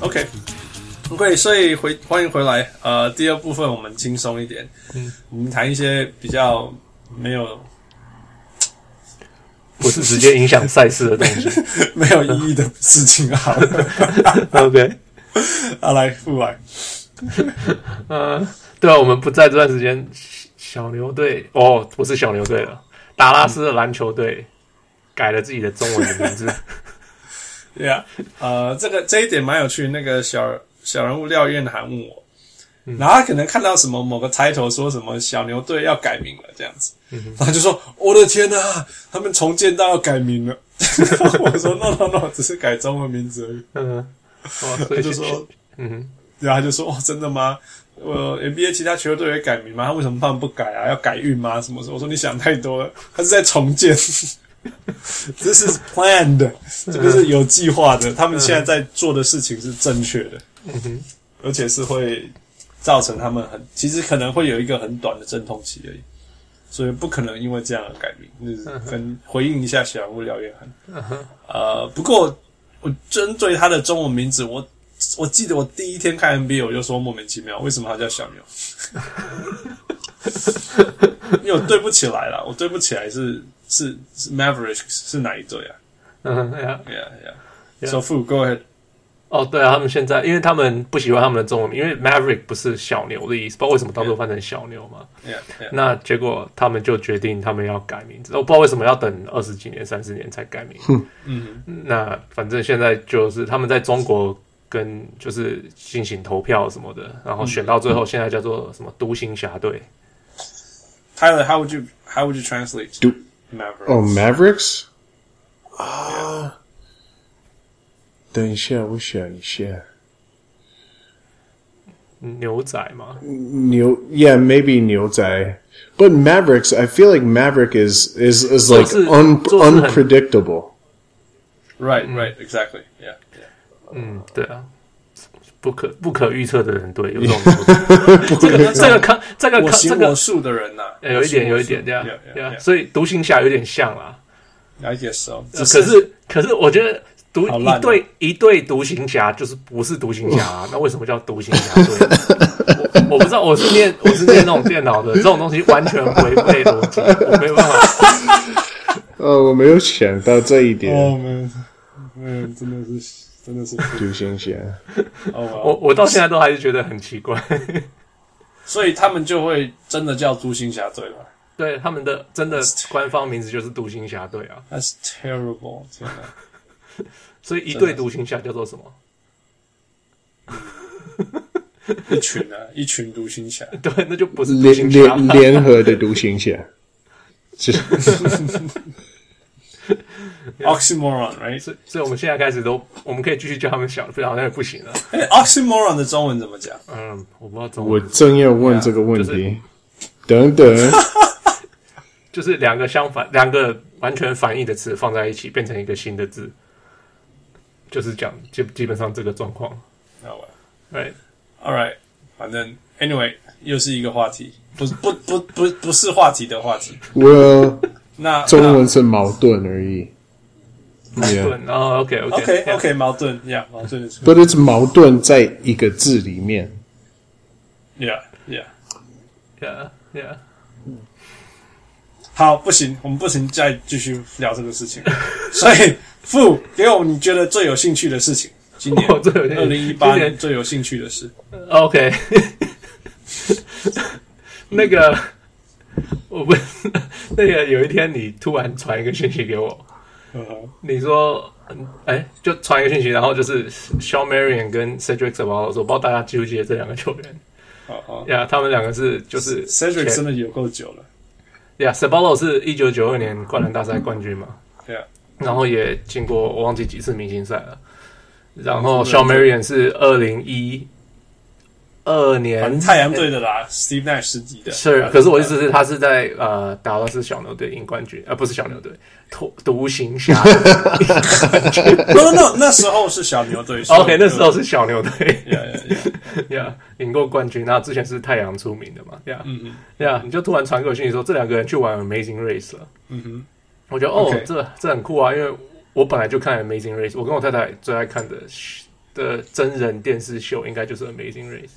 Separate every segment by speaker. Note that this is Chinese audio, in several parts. Speaker 1: OK，OK，所以回欢迎回来。呃，第二部分我们轻松一点，
Speaker 2: 嗯，
Speaker 1: 我们谈一些比较没有
Speaker 2: 不是直接影响赛事的东 西。
Speaker 1: 没有意义的事情好了。
Speaker 2: OK，
Speaker 1: 啊，来，付来，
Speaker 2: 呃，对啊，我们不在这段时间，小小牛队哦，不是小牛队了，达拉斯的篮球队改了自己的中文的 名字。
Speaker 1: Yeah，呃，这个这一点蛮有趣。那个小小人物廖彦涵问我，然后他可能看到什么某个 title 说什么小牛队要改名了这样子，然后就说：“我的天呐，他们重建到要改名了。” 我说：“No No No，只是改中文名字而已。
Speaker 2: 嗯，哇，所
Speaker 1: 他
Speaker 2: 以
Speaker 1: 就说
Speaker 2: 嗯哼，”
Speaker 1: 然后他就说：“哦，真的吗？呃，NBA 其他球队也改名吗？他为什么他们不改啊？要改运吗？什么什么？”我说：“你想太多了，他是在重建。” This is planned，这 个是有计划的。他们现在在做的事情是正确的。
Speaker 2: 嗯哼，
Speaker 1: 而且是会造成他们很，其实可能会有一个很短的阵痛期而已，所以不可能因为这样而改名。就是跟回应一下小人物廖元涵，
Speaker 2: 嗯哼，
Speaker 1: 呃，不过我针对他的中文名字，我我记得我第一天看 NBA 我就说莫名其妙，为什么他叫小牛？ 因为我对不起来了，我对不起来是是是 Mavericks 是哪一队啊
Speaker 2: 嗯哼，哎呀，
Speaker 1: ？Yeah yeah，首富 Go ahead。
Speaker 2: 哦，对啊，他们现在因为他们不喜欢他们的中文名，因为 Maverick 不是小牛的意思，不知道为什么当初翻成小牛嘛。
Speaker 1: Yeah yeah，
Speaker 2: 那结果他们就决定他们要改名字，我不知道为什么要等二十几年、三十年才改名。
Speaker 1: 嗯
Speaker 2: 那反正现在就是他们在中国跟就是进行投票什么的，然后选到最后，现在叫做什么独行侠队。
Speaker 1: ，Tyler，how would you how would you translate
Speaker 3: Do-
Speaker 1: Mavericks？
Speaker 3: 哦，Mavericks Oh, 啊，等一下，我想一下，
Speaker 2: 牛仔嘛，
Speaker 3: 牛，yeah maybe 牛仔，but Mavericks I feel like Maverick is is is
Speaker 2: 做
Speaker 3: like
Speaker 2: 事
Speaker 3: un
Speaker 2: 做事很
Speaker 3: unpredictable。
Speaker 1: Right,
Speaker 2: Mm.
Speaker 1: right, exactly. Yeah, yeah.
Speaker 2: 嗯，对啊，不可不可预测的人，对，有这种说法这个这个康这个
Speaker 1: 我
Speaker 2: 康这
Speaker 1: 行我
Speaker 2: 个
Speaker 1: 素的人呐、
Speaker 2: 呃有一点有一点这样
Speaker 1: Yeah,
Speaker 2: 对
Speaker 1: yeah,
Speaker 2: 啊，
Speaker 1: yeah.
Speaker 2: 所以独行侠有点像啦。
Speaker 1: I guess so.
Speaker 2: 呃可是可是我觉得独
Speaker 1: 好烂哦
Speaker 2: 一对一对独行侠就是不是独行 侠、啊，那为什么叫独行侠队？我我不知道，我是念我是念那种 电脑的，这种东西完全违背逻辑，我没有办法。
Speaker 3: 呃，我没有想到这一点，
Speaker 1: 哦，们嗯，真的是真的是
Speaker 3: 独行侠。
Speaker 2: 我
Speaker 1: 哦，
Speaker 2: 我到现在都还是觉得很奇怪。
Speaker 1: 所以他们就会真的叫独行侠队吧
Speaker 2: 对他们的真的官方名字就是独行侠队啊，
Speaker 1: ？That's terrible！天哪，
Speaker 2: 所以一对独行侠叫做什么？
Speaker 1: 一群啊，一群独行侠。
Speaker 2: 对，那就不是独
Speaker 3: 联
Speaker 2: 行侠。
Speaker 3: 联联合的独行侠，是
Speaker 1: Oxymoron，right？
Speaker 2: 所以所以我们现在开始都，我们可以继续叫他们小，不然好像也不行了。
Speaker 1: 哎，oxymoron 的中文怎么讲？
Speaker 2: 嗯，我不知道怎
Speaker 3: 我
Speaker 2: 么，
Speaker 3: 正要问这个问
Speaker 2: 就是
Speaker 3: 题。等等，
Speaker 2: 就是两个相反，两个完全反义的词放在一起，变成一个新的字，就是讲基基本上这个状况。
Speaker 1: 好吧
Speaker 2: 对，
Speaker 1: ，All right，反正 anyway 又是一个话题，不不不不不是话题的话题。
Speaker 3: 我
Speaker 1: 那
Speaker 3: 中文是矛盾而已。Yeah,
Speaker 2: 对，然后 OK OK
Speaker 1: OK OK 矛盾，Yeah，矛盾的出
Speaker 3: but it's 矛盾在一个字里面。
Speaker 1: ，Yeah Yeah。
Speaker 2: Yeah Yeah，
Speaker 1: 好，不行，我们不行，再继续聊这个事 情。所以，傅给我你觉得最有兴趣的事情，今年
Speaker 2: 我最有兴趣
Speaker 1: 二零一八
Speaker 2: 今
Speaker 1: 年
Speaker 2: 年
Speaker 1: 最有兴趣的事，
Speaker 2: OK，那个我不那个有一天你突然传一个信息给我，
Speaker 1: 呃
Speaker 2: 你说嗯哎、就传一个信息，然后就是 Shawn Marion 跟 Cedric s a b a l o 我不知道大家记不记得这两个球员
Speaker 1: 好好
Speaker 2: 呀他们两个是就是
Speaker 1: Uh-huh ，Cedric 真的有够久了，
Speaker 2: Yeah, s a b a l o 啊是一九九二年灌篮大赛冠军嘛，
Speaker 1: 对啊，
Speaker 2: 然后也进过我忘记几次明星赛了。然后
Speaker 1: 嗯是的
Speaker 2: Shawn Marion 是二零一二
Speaker 1: 反正
Speaker 2: 年，
Speaker 1: 太阳队的啦，Steve Nash 是级的，
Speaker 2: 是，可是我 意思是他是在呃打到是小牛队赢冠军，呃不是小牛队，独独行侠。
Speaker 1: ，No No No，那时候是小牛队
Speaker 2: OK，那时候是小牛队
Speaker 1: Yeah Yeah Yeah，
Speaker 2: ，Yeah 赢过冠军，然后之前是太阳出名的嘛，Yeah
Speaker 1: 嗯嗯
Speaker 2: Yeah，你就突然传给我信息说这两个人去玩 Amazing Race 了。
Speaker 1: 嗯哼，
Speaker 2: 我觉得哦
Speaker 1: OK
Speaker 2: 这这很酷啊，因为我本来就看 Amazing Race，我跟我太太最爱看的的真人电视秀应该就是 Amazing Race。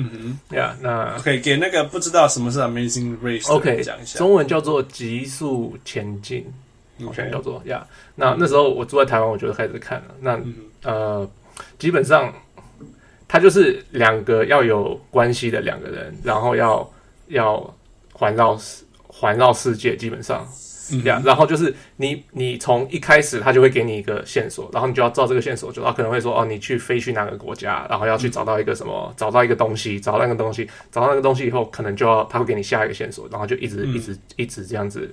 Speaker 1: 嗯
Speaker 2: 呀、yeah,，那
Speaker 1: 哼，OK，给那个不知道什么是 Amazing Race 的
Speaker 2: OK，
Speaker 1: 人讲一下。
Speaker 2: 中文叫做《极速前进》，好像
Speaker 1: OK，
Speaker 2: 叫做呀。那那时候我住在台湾，我就开始看了。那呃，基本上它就是两个要有关系的两个人，然后要要环绕世环绕世界，基本上
Speaker 1: 嗯
Speaker 2: 呀。然后就是你你从一开始他就会给你一个线索，然后你就要照这个线索，就他可能会说哦，你去飞去哪个国家，然后要去找到一个什么，找到一个东西，找到那个东西，找到那个东西以后，可能就要他会给你下一个线索，然后就一直一直一直这样子。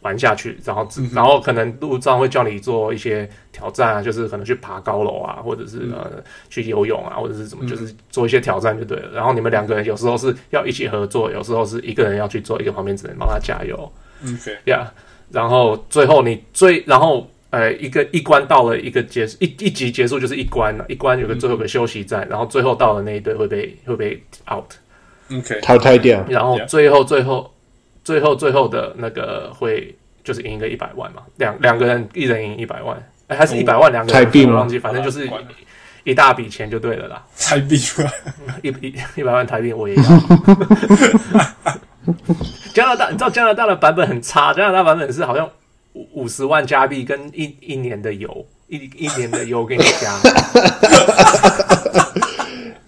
Speaker 2: 玩下去，然后只然后可能路上会叫你做一些挑战啊，就是可能去爬高楼啊，或者是、呃去游泳啊，或者是怎么，就是做一些挑战就对了。然后你们两个人有时候是要一起合作，有时候是一个人要去做，一个旁边只能帮他加油
Speaker 1: ，OK，
Speaker 2: 呀。然后最后你最然后呃一个一关到了一个结一一集结束就是一关了，一关有个最后有个休息站，然后最后到了那一队会被会被 out，
Speaker 1: OK，
Speaker 3: 淘汰掉。
Speaker 2: 然后
Speaker 1: Yeah.
Speaker 2: 最后最后最后最后的那个会就是赢个一百万嘛，两两个人一人赢一百万，哎，还是一百万两个人
Speaker 3: 台币吗
Speaker 2: 我忘记，反正就是
Speaker 1: 哦管了
Speaker 2: 一大笔钱就对了啦，
Speaker 1: 太逼了。
Speaker 2: 一一一百万台币我也要。加拿大，你知道加拿大的版本很差，加拿大版本是好像五五十万加币跟一一年的油。一一年的油给你加，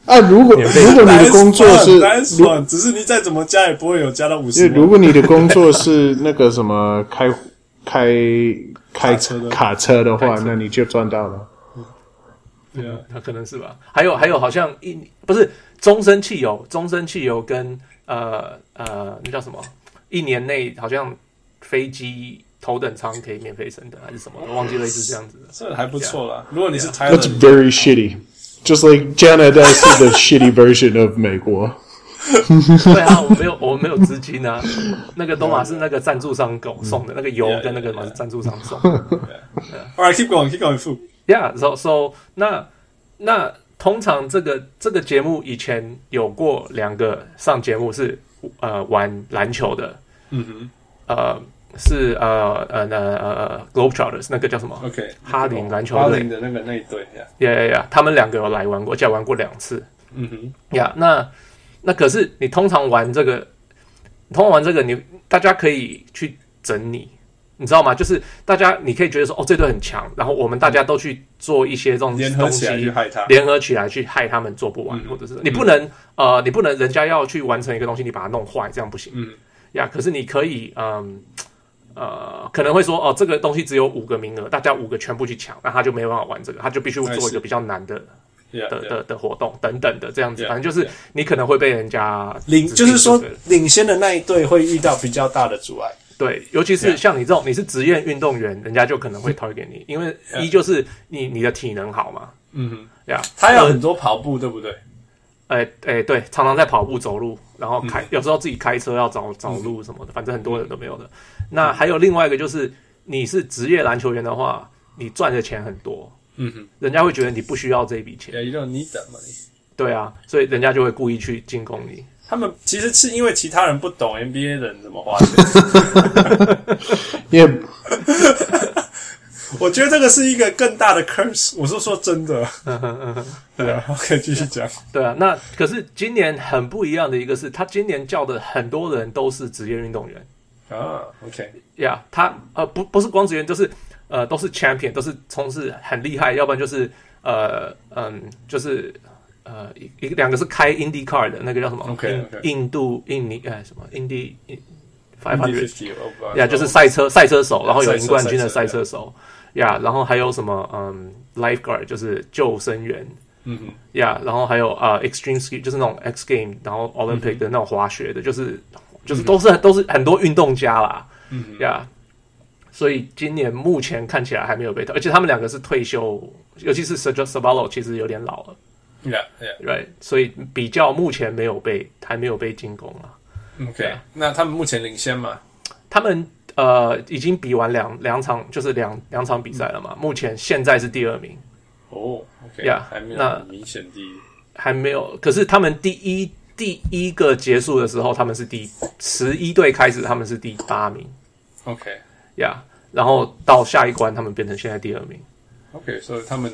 Speaker 3: 啊，如果如果 你的工作是，
Speaker 1: 单
Speaker 3: 如
Speaker 1: 爽，只是你再怎么加也不会有加到五
Speaker 3: 就
Speaker 1: 十
Speaker 3: 如
Speaker 1: 万。
Speaker 3: 果你的工作是那个什么开开
Speaker 1: 卡
Speaker 3: 开
Speaker 1: 车的
Speaker 3: 卡车的话
Speaker 2: 开，车
Speaker 3: 那你就赚到了。
Speaker 1: 对啊，
Speaker 2: 那 可能是吧。还有还有，好像一不是终身汽油，终身汽油跟呃呃那叫什么？一年内好像飞机头等舱可以免费升等还是什么的？我忘记类似这样子的。
Speaker 1: 这还不错啦。如果你是台湾
Speaker 3: That's
Speaker 1: 人，
Speaker 3: very shitty. Just like Canada is the shitty version of 美国。
Speaker 2: 对啊，我没有，我没有资金啊。那个都马是那个赞助商给我送的，那个油
Speaker 1: Yeah,
Speaker 2: 跟那个
Speaker 1: yeah,
Speaker 2: 嘛
Speaker 1: yeah.
Speaker 2: 是赞助商送的。
Speaker 1: a l keep going，keep going，付
Speaker 2: Yeah, so so 那那通常这个这个节目以前有过两个上节目是呃玩篮球的，
Speaker 1: 嗯
Speaker 2: 呃是呃呃呃呃 Globetrotters 那个叫什么
Speaker 1: 哼，OK，
Speaker 2: 哈林篮球
Speaker 1: 呃哈
Speaker 2: 队
Speaker 1: 林的那个那一队呀，
Speaker 2: 呀呀呀，他们两个有来玩过，而且玩过两次。
Speaker 1: 嗯哼，
Speaker 2: 呀那那可是你通常玩这个，你通常玩这个，你大家可以去整你，你知道吗？就是大家你可以觉得说，哦，这队很强，然后我们大家都去做一些这种
Speaker 1: 嗯联合
Speaker 2: 东
Speaker 1: 起
Speaker 2: 西
Speaker 1: 来，去害他。嗯
Speaker 2: 联合起来去害他们做不完，或者是你不能呃，你不能人家要去完成一个东西，你把它弄坏，这样不行。
Speaker 1: 嗯，
Speaker 2: 呀，可是你可以嗯。呃，可能会说哦，这个东西只有五个名额，大家五个全部去抢，那他就没办法玩这个，他就必须做一
Speaker 1: 是
Speaker 2: 个比较难的
Speaker 1: 对
Speaker 2: 的
Speaker 1: 对，
Speaker 2: 的的活动等等的这样子，
Speaker 1: Yeah,
Speaker 2: 反正就是
Speaker 1: yeah.
Speaker 2: 你可能会被人家
Speaker 1: 领
Speaker 2: 指
Speaker 1: 就
Speaker 2: 定
Speaker 1: 是说
Speaker 2: 对了
Speaker 1: 领先的那一队会遇到比较大的阻碍。
Speaker 2: 对，尤其是
Speaker 1: Yeah.
Speaker 2: 像你这种你是职业运动员，人家就可 能会 target 你，因为
Speaker 1: Yeah.
Speaker 2: 一就是你你的体能好嘛，
Speaker 1: 啊嗯哼，
Speaker 2: 对啊，
Speaker 1: 他要很多跑步，对不对？
Speaker 2: 哎哎对，常常在跑步走路，然后
Speaker 1: 嗯
Speaker 2: 开、有时候自己开车要找找路什么的，反正很多人都没有的。那还有另外一个就是你是职业篮球员的话，你赚的钱很多，
Speaker 1: 嗯哼，
Speaker 2: 人家会觉得你不需要这一笔钱，
Speaker 1: 也就你怎么。
Speaker 2: 对啊，所以人家就会故意去进攻你。
Speaker 1: 他们其实是因为其他人不懂 NBA 人怎么花钱，
Speaker 3: 因为
Speaker 1: 我觉得这个是一个更大的 curse。我是说真的，
Speaker 2: 嗯
Speaker 1: 对啊，OK，继续讲。
Speaker 2: 对啊，那可是今年很不一样的一个是，他今年叫的很多人都是职业运动员
Speaker 1: 啊，OK，
Speaker 2: 呀他呃不不是光职业，就是呃都是 champion，都是从事很厉害，要不然就是呃嗯就是呃一一个两个是开 Indy Car 的那个叫什么
Speaker 1: OK，OK
Speaker 2: 印印度印尼呃什么 Indy Five Hundred 呀
Speaker 1: 呀
Speaker 2: 就是赛车赛车手，然后有
Speaker 1: 赛车
Speaker 2: 赢冠军的
Speaker 1: 赛
Speaker 2: 赛
Speaker 1: 车
Speaker 2: 车手呀然后还有什么嗯 lifeguard 就是救生员，
Speaker 1: 嗯哼
Speaker 2: 呀，然后还有啊、呃 extreme ski 就是那种 X game，然后
Speaker 1: 嗯
Speaker 2: Olympic 的那种滑雪的，就是就是都是都是很多运动家啦，
Speaker 1: 嗯
Speaker 2: 呀，所以今年目前看起来还没有被淘，而且他们两个是退休，尤其是 Sergio s a v a l o 其实有点老了
Speaker 1: 呀呀
Speaker 2: ，right，所以比较目前没有被还没有被进攻啊，
Speaker 1: ，OK，那他们目前领先嘛？
Speaker 2: 他们呃已经比完两两场就是两两场比赛了
Speaker 1: 嗯
Speaker 2: 嘛，目前现在是第二名，
Speaker 1: 哦，OK，
Speaker 2: Yeah，
Speaker 1: 还没有
Speaker 2: 那
Speaker 1: 很明显第一。
Speaker 2: 还没有，可是他们第一第一个结束的时候，他们是第十一队开始，他们是第八名
Speaker 1: OK
Speaker 2: 呀。然后到下一关，他们变成现在第二名。
Speaker 1: OK，所以他们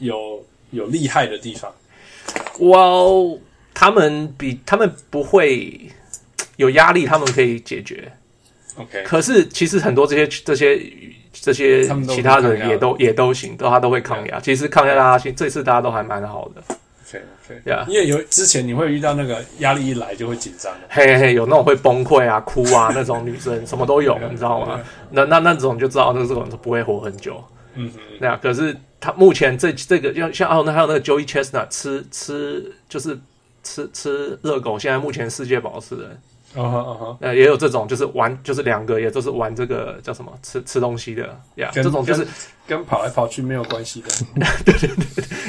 Speaker 1: 有有厉害的地方？
Speaker 2: 哇哦，他们比他们不会有压力，他们可以解决。
Speaker 1: OK，
Speaker 2: 可是其实很多这些这些这些
Speaker 1: 他们都
Speaker 2: 其他人也
Speaker 1: 抗
Speaker 2: 都也都行，都他都会抗压。其实抗压大家这次大家都还蛮好的，
Speaker 1: OK OK，
Speaker 2: Yeah
Speaker 1: 因为有之前你会遇到那个压力一来就会紧张的，
Speaker 2: 嘿嘿，有那种会崩溃啊、哭啊那种女生，什么都有，
Speaker 1: 对啊
Speaker 2: 你知道
Speaker 1: 对
Speaker 2: 吗
Speaker 1: 啊？
Speaker 2: 那那那种就知道，那这种都不会活很久。
Speaker 1: 嗯哼，
Speaker 2: 那可是他目前这这个，像像哦，那还有那个 Joey Chestnut 吃吃就是吃吃热狗，现在目前世界保持人，
Speaker 1: 嗯哼嗯哼，
Speaker 2: 呃，也有这种就是玩就是两个，也就是玩这个叫什么吃吃东西的呀
Speaker 1: 跟
Speaker 2: 这种就是
Speaker 1: 跟跑来跑去没有关系的，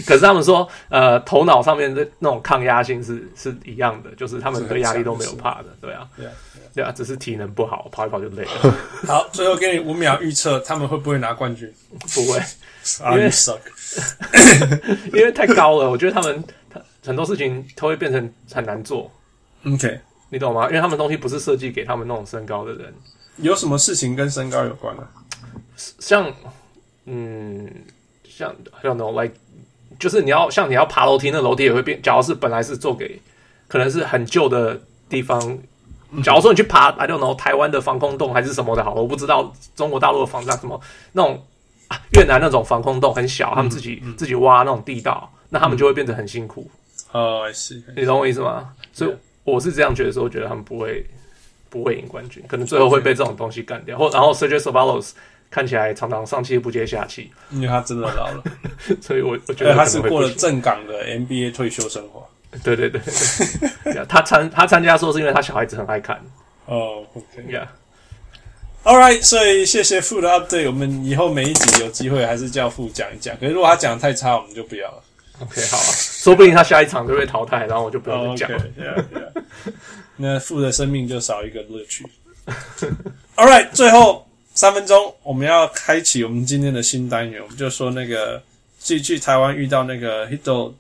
Speaker 2: 可是他们说，呃，头脑上面的那种抗压性是是一样的，就是他们对压力都没有怕的，对啊，
Speaker 1: 对啊。
Speaker 2: 对啊，只是体能不好，跑一跑就累了，
Speaker 1: 好，最后给你五秒预测他们会不会拿冠 军。
Speaker 2: 不会，
Speaker 1: 啊
Speaker 2: 因为
Speaker 1: you suck。
Speaker 2: 因为太高了，我觉得他们他很多事情都会变成很难做，
Speaker 1: OK，
Speaker 2: 你懂吗？因为他们东西不是设计给他们那种身高的人，
Speaker 1: 有什么事情跟身高有关呢、
Speaker 2: 像，嗯，像 I don't know like，就是你要像你要爬楼梯，那楼梯也会变。假如是本来是做给，可能是很旧的地方。假如说你去爬，I don't know 台湾的防空洞还是什么的，好了，我不知道中国大陆的防站什么那种、啊、越南那种防空洞很小，他们自己、自己挖那种地道，那他们就会变得很辛苦，
Speaker 1: 哦、i see。
Speaker 2: 你懂我意思吗？所以我是这样觉得说，我觉得他们不会不会赢冠军，可能最后会被这种东西干掉。或然后 Sergio Savalos 看起来常常上气不接下气，
Speaker 1: 因为他真的老 了，
Speaker 2: 所以我我觉
Speaker 1: 而且
Speaker 2: 得
Speaker 1: 哎他
Speaker 2: 可
Speaker 1: 是
Speaker 2: 能会
Speaker 1: 过
Speaker 2: 不
Speaker 1: 了
Speaker 2: 行
Speaker 1: 正港的 NBA 退休生活。
Speaker 2: 对对对，对 Yeah，他参他参加说是因为他小孩子很爱看
Speaker 1: 哦，OK。
Speaker 2: ，Yeah，
Speaker 1: All right，所以谢谢傅的 update。我们以后每一集有机会还是叫傅讲一讲，可是如果他讲得太差，我们就不要了。
Speaker 2: OK 好啊，说不定他下一场就被淘汰，然后我就不用再讲
Speaker 1: 哦
Speaker 2: 了。
Speaker 1: OK，yeah，yeah 那傅的生命就少一个乐趣。All right，最后三分钟，我们要开启我们今天的新单元，我们就说那个去去台湾遇到那个 Hito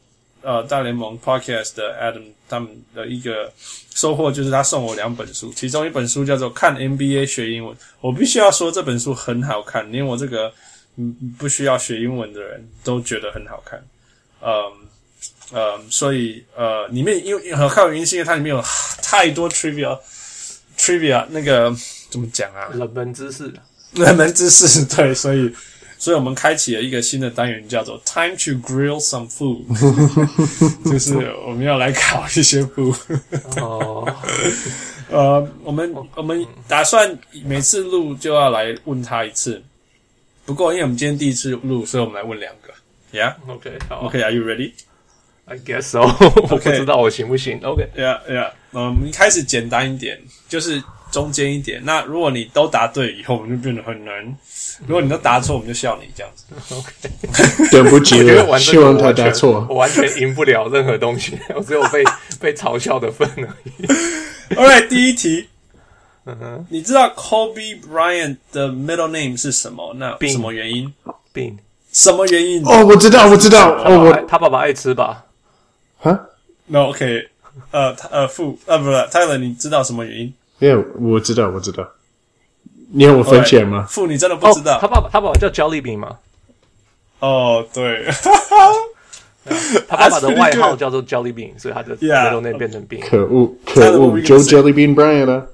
Speaker 1: 呃大联盟 Podcast 的 Adam 他们的一个收获，就是他送我两本书，其中一本书叫做《看 NBA 学英文》，我必须要说这本书很好看，连我这个嗯不需要学英文的人都觉得很好看，嗯。呃，所以呃，里面因为很好看的原因是因为它里面有太多 trivia trivia 那个怎么讲啊？
Speaker 2: 冷门知识，
Speaker 1: 冷门知识，对，所以，所以我们开启了一个新的单元，叫做 “Time to Grill Some Food”，就是我们要来烤一些 food。
Speaker 2: 哦，
Speaker 1: 呃，我们我们打算每次录就要来问他一次，不过因为我们今天第一次录，所以我们来问两个。Yeah,
Speaker 2: ，OK 好啊
Speaker 1: OK, are you ready?
Speaker 2: ，I guess so，我不知道我行不行，OK，
Speaker 1: Yeah, yeah. 嗯，我们开始简单一点，就是中间一点。那如果你都答对以后，我们就变得很难；如果你都答错，我们就笑你这样子。
Speaker 3: 等不及
Speaker 2: 我觉得
Speaker 3: 了，
Speaker 2: 玩
Speaker 3: 啊希
Speaker 2: 这个
Speaker 3: 望
Speaker 2: 我
Speaker 3: 他
Speaker 2: 完
Speaker 3: 答
Speaker 2: 全
Speaker 3: 错。
Speaker 2: 我完全赢不了任何东西， 我只有被被嘲笑的份而已。
Speaker 1: All right，第一题。你知道 Kobe Bryant 的 middle name 是什么？那
Speaker 2: 病
Speaker 1: 什么原因？
Speaker 2: 病，
Speaker 1: 什么原因
Speaker 3: 哦，我知道，我知道，
Speaker 2: 我
Speaker 3: 哦，
Speaker 2: 他爸爸爱吃吧？
Speaker 3: 我啊，
Speaker 1: ？No, OK，呃，他呃，父呃，不是 Tyler，你知道什么原因？
Speaker 3: 没有，我知道，我知道。你要我分享 吗？
Speaker 1: 父，你真的不
Speaker 2: 哦
Speaker 1: 知，道
Speaker 2: 他？爸爸他爸爸叫 Jollibee 吗？
Speaker 1: 哦， 对，
Speaker 2: 他爸爸
Speaker 1: That's
Speaker 2: 的
Speaker 1: pretty
Speaker 2: 外号
Speaker 1: good
Speaker 2: 叫做 Jelly Bean，所以他的
Speaker 1: Yeah
Speaker 2: 肉内变成 Bean。
Speaker 3: 可恶，
Speaker 1: 猜
Speaker 3: 可
Speaker 1: 了我
Speaker 3: 恶
Speaker 1: 一个
Speaker 3: ，Joe
Speaker 1: 谁
Speaker 3: Jelly Bean Bryant 啊！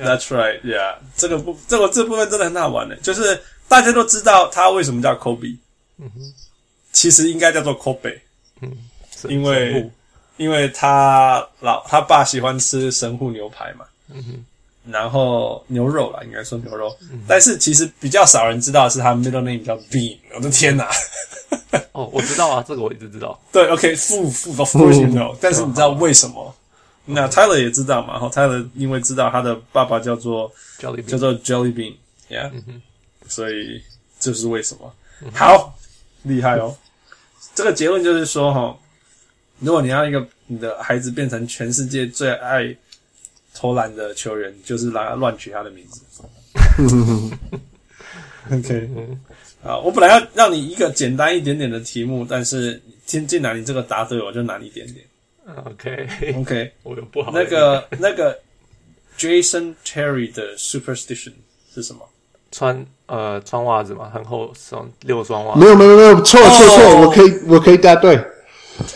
Speaker 1: That's right, yeah，这个部这个这部分真的很好玩的，就是大家都知道他为什么叫 Kobe，、其实应该叫做 Kobe，
Speaker 2: 是
Speaker 1: 因为
Speaker 2: 神户
Speaker 1: 因为他老他爸喜欢吃神户牛排嘛，
Speaker 2: 嗯
Speaker 1: 然后牛肉啦，应该说牛肉，但是其实比较少人知道的是他 middle name 叫 Bean，我的天哪，
Speaker 2: 哦，我知道啊，这个我一直知道。
Speaker 1: 对，OK，父父 of course you know，但是你知道为什么？那 Tyler 也知道嘛，然后 Tyler 因为知道他的爸爸叫做
Speaker 2: Jelly
Speaker 1: 叫
Speaker 2: Bean，
Speaker 1: 做 Jelly 嗯 Bean，yeah，、所以这是为什么？好嗯厉害哦！这个结论就是说，哈，如果你要一个你的孩子变成全世界最爱投篮的球员，就是让他乱取他的名字。OK，啊，我本来要让你一个简单一点点的题目，但是竟竟然你这个答对，我就难一点点。
Speaker 2: OK，
Speaker 1: OK，
Speaker 2: 我有不好的
Speaker 1: 那个那个 Jason Terry 的 Superstition 是什么？
Speaker 2: 穿啊呃穿袜子嘛，很厚双六双袜
Speaker 3: 没
Speaker 2: 子，
Speaker 3: 有没有没有，错错错，
Speaker 1: 哦
Speaker 3: 我可以我可以答对，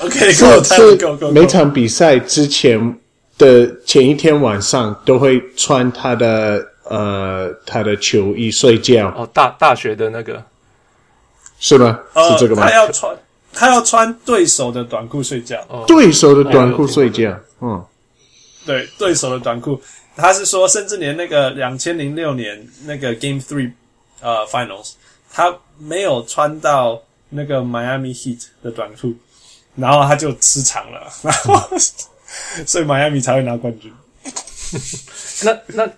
Speaker 1: OK，
Speaker 3: 是
Speaker 1: go
Speaker 3: 是
Speaker 1: go go，
Speaker 3: 每场比赛之前的前一天晚上都会穿他的呃他的球衣睡觉，
Speaker 2: 哦大大学的那个
Speaker 3: 是吗？是这个吗
Speaker 1: 呃他？要穿，他要穿对手的短裤睡觉。
Speaker 3: 对手的短裤睡觉，嗯，
Speaker 1: 对，对手的短裤。他是说，甚至连那个两千零六年那个 Game Three 呃 Finals，他没有穿到那个 Miami Heat 的短裤，然后他就失常了， 然后所以 Miami 才会拿冠军。
Speaker 2: 那那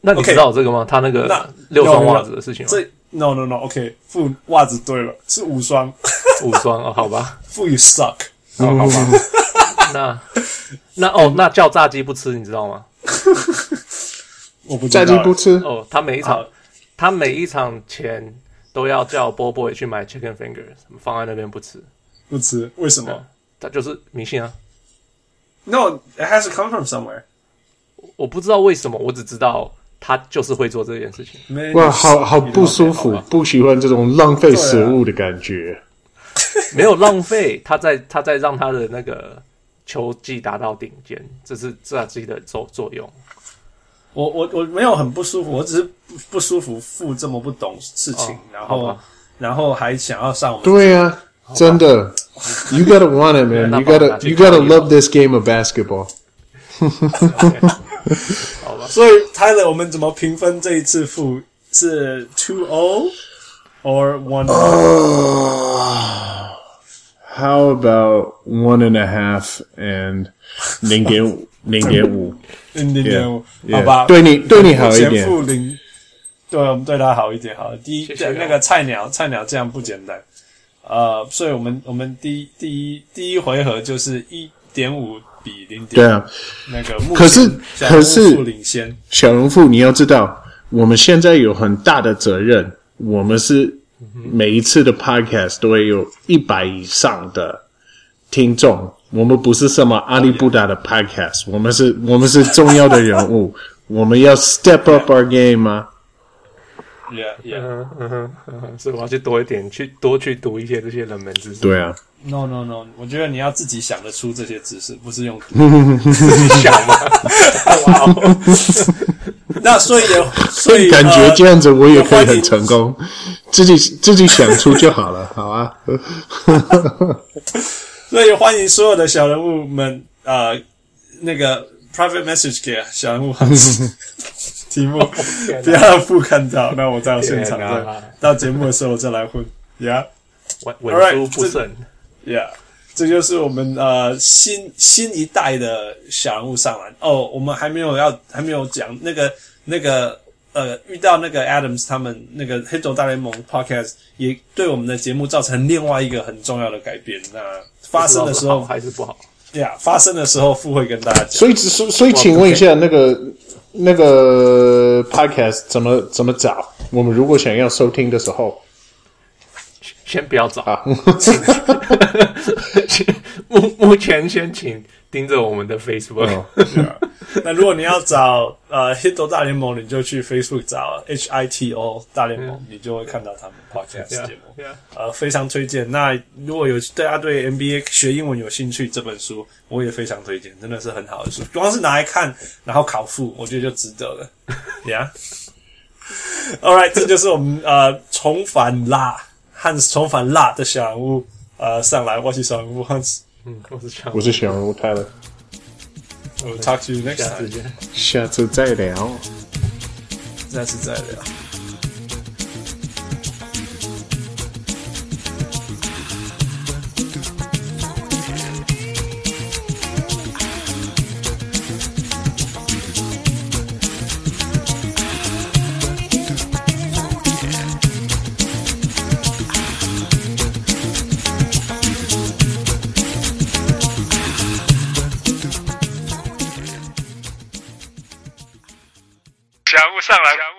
Speaker 2: 那你
Speaker 1: OK
Speaker 2: 知道这个吗？他那
Speaker 1: 那
Speaker 2: 个六双袜子的事情
Speaker 3: 嗯
Speaker 2: 吗？
Speaker 1: 这 No No No，OK，、负袜子对了，是五双，
Speaker 2: 五双哦，好吧，
Speaker 1: 负 You suck。
Speaker 2: 哦好吧，那那哦，那叫炸鸡不吃，你知道吗？
Speaker 1: 我不知道
Speaker 3: 炸鸡不吃，
Speaker 2: 哦，他每一场
Speaker 1: 好，
Speaker 2: 他每一场前都要叫波波也去买 chicken fingers，放在那边不吃，
Speaker 1: 不吃，为什么
Speaker 2: 他就是迷信啊！
Speaker 1: ？No，it has to come from somewhere。
Speaker 2: 我不知道为什么，我只知道他就是会做这件事情。
Speaker 1: Man,
Speaker 3: 哇，
Speaker 1: you
Speaker 3: 好
Speaker 1: suck,
Speaker 3: 好
Speaker 1: you
Speaker 3: 不
Speaker 1: know.
Speaker 3: 舒服，不喜欢这种浪费食物的感觉。
Speaker 2: 没有浪费，他在他在让他的那个球技达到顶尖，这是炸鸡的作作用。
Speaker 1: 我我我没有很不舒服，我只是不不舒服，父这么不懂事情，
Speaker 2: 哦
Speaker 1: 然
Speaker 2: 好
Speaker 1: 后
Speaker 2: 吧
Speaker 1: 然后还想要上我们，
Speaker 3: 对啊，真的，You gotta want it, man.
Speaker 2: 那
Speaker 3: You
Speaker 2: 帮我拿
Speaker 3: gotta
Speaker 2: 去
Speaker 3: you gotta
Speaker 2: 烤一烤
Speaker 3: love this game of basketball.
Speaker 2: OK，好吧，
Speaker 1: 所以 Tyler，我们怎么评分这一次负是 two o or one？、
Speaker 3: How about one and a half and 零点五零点五？
Speaker 1: 零零点五，
Speaker 3: Yeah，
Speaker 1: 好吧，
Speaker 3: 对你对你好一
Speaker 1: 目前
Speaker 3: 点
Speaker 1: 负零，对我们对他好一点，好了，第一
Speaker 2: 谢谢啊
Speaker 1: 那个菜鸟菜鸟这样不简单，呃，所以我们我们第一第一第一回合就是一点五比零
Speaker 3: 对
Speaker 1: 点，
Speaker 3: 啊，
Speaker 1: 那个目前
Speaker 3: 可是
Speaker 1: 小
Speaker 3: 可是
Speaker 1: 负领先。
Speaker 3: 小人物，你要知道，我们现在有很大的责任，我们是每一次的 podcast 都会有一百以上的听众，我们不是什么阿里不达的 podcast，我们是我们是重要的人物，我们要 step up our game 啊。
Speaker 1: Yeah, yeah.
Speaker 2: 嗯哼嗯哼嗯哼，所以我要去多一点，去多去读一些这些冷门知识。
Speaker 3: 对啊，
Speaker 1: No, no, no. 我觉得你要自己想得出这些知识，不是 用。
Speaker 2: 想嘛，哇哦，
Speaker 1: 那所以也，所以 呃
Speaker 3: 感觉这样子我也可
Speaker 1: 欢
Speaker 3: 以很
Speaker 1: 迎
Speaker 3: 成功， 自己自己想出就好了， 好啊。
Speaker 1: 呃所以欢迎所有的小人物们，呃，那个 private message 给小人物 题目，
Speaker 2: 天哪
Speaker 1: 不要让父看到。那我再到现场
Speaker 2: 天
Speaker 1: 再
Speaker 2: 哪
Speaker 1: 到节目的时候我再来混。Yeah,
Speaker 2: 稳稳
Speaker 1: Alright，
Speaker 2: 输不胜。
Speaker 1: yeah. 这就是我们呃新新一代的小人物上篮哦。我们还没有要还没有讲那个那个呃，遇到那个 Adams 他们那个黑手大联盟 Podcast 也对我们的节目造成另外一个很重要的改变。那发生的时
Speaker 2: 不知道是好
Speaker 1: 候，
Speaker 2: 还是不好？
Speaker 1: 呀，发生的时候，傅会跟大家讲。
Speaker 3: 所以，所以所以，请问一下，那个那个 podcast 怎么怎么找？我们如果想要收听的时候
Speaker 2: 先不要找，
Speaker 3: 啊，
Speaker 2: 目目前先请盯着我们的 Facebook，
Speaker 3: 哦
Speaker 1: 那如果你要找呃 Hito 大联盟，你就去 Facebook 找 H I T O 大联盟，你就会看到他们 Podcast 节目。
Speaker 2: Yeah, yeah
Speaker 1: 呃，非常推荐。那如果有大家对 NBA 学英文有兴趣，这本书我也非常推荐，真的是很好的书。光是拿来看，然后考复，我觉得就值得 了。Yeah。All right，这就是我们呃重返辣汉斯重返辣的小人物呃上来，我是小人物汉斯。
Speaker 2: 嗯，我是想
Speaker 3: 我是小人物泰勒，
Speaker 1: We'll talk to you next
Speaker 2: 下
Speaker 1: time，
Speaker 2: 次见。
Speaker 3: 下次再聊。
Speaker 1: 下次再聊。
Speaker 4: 小屋上来，小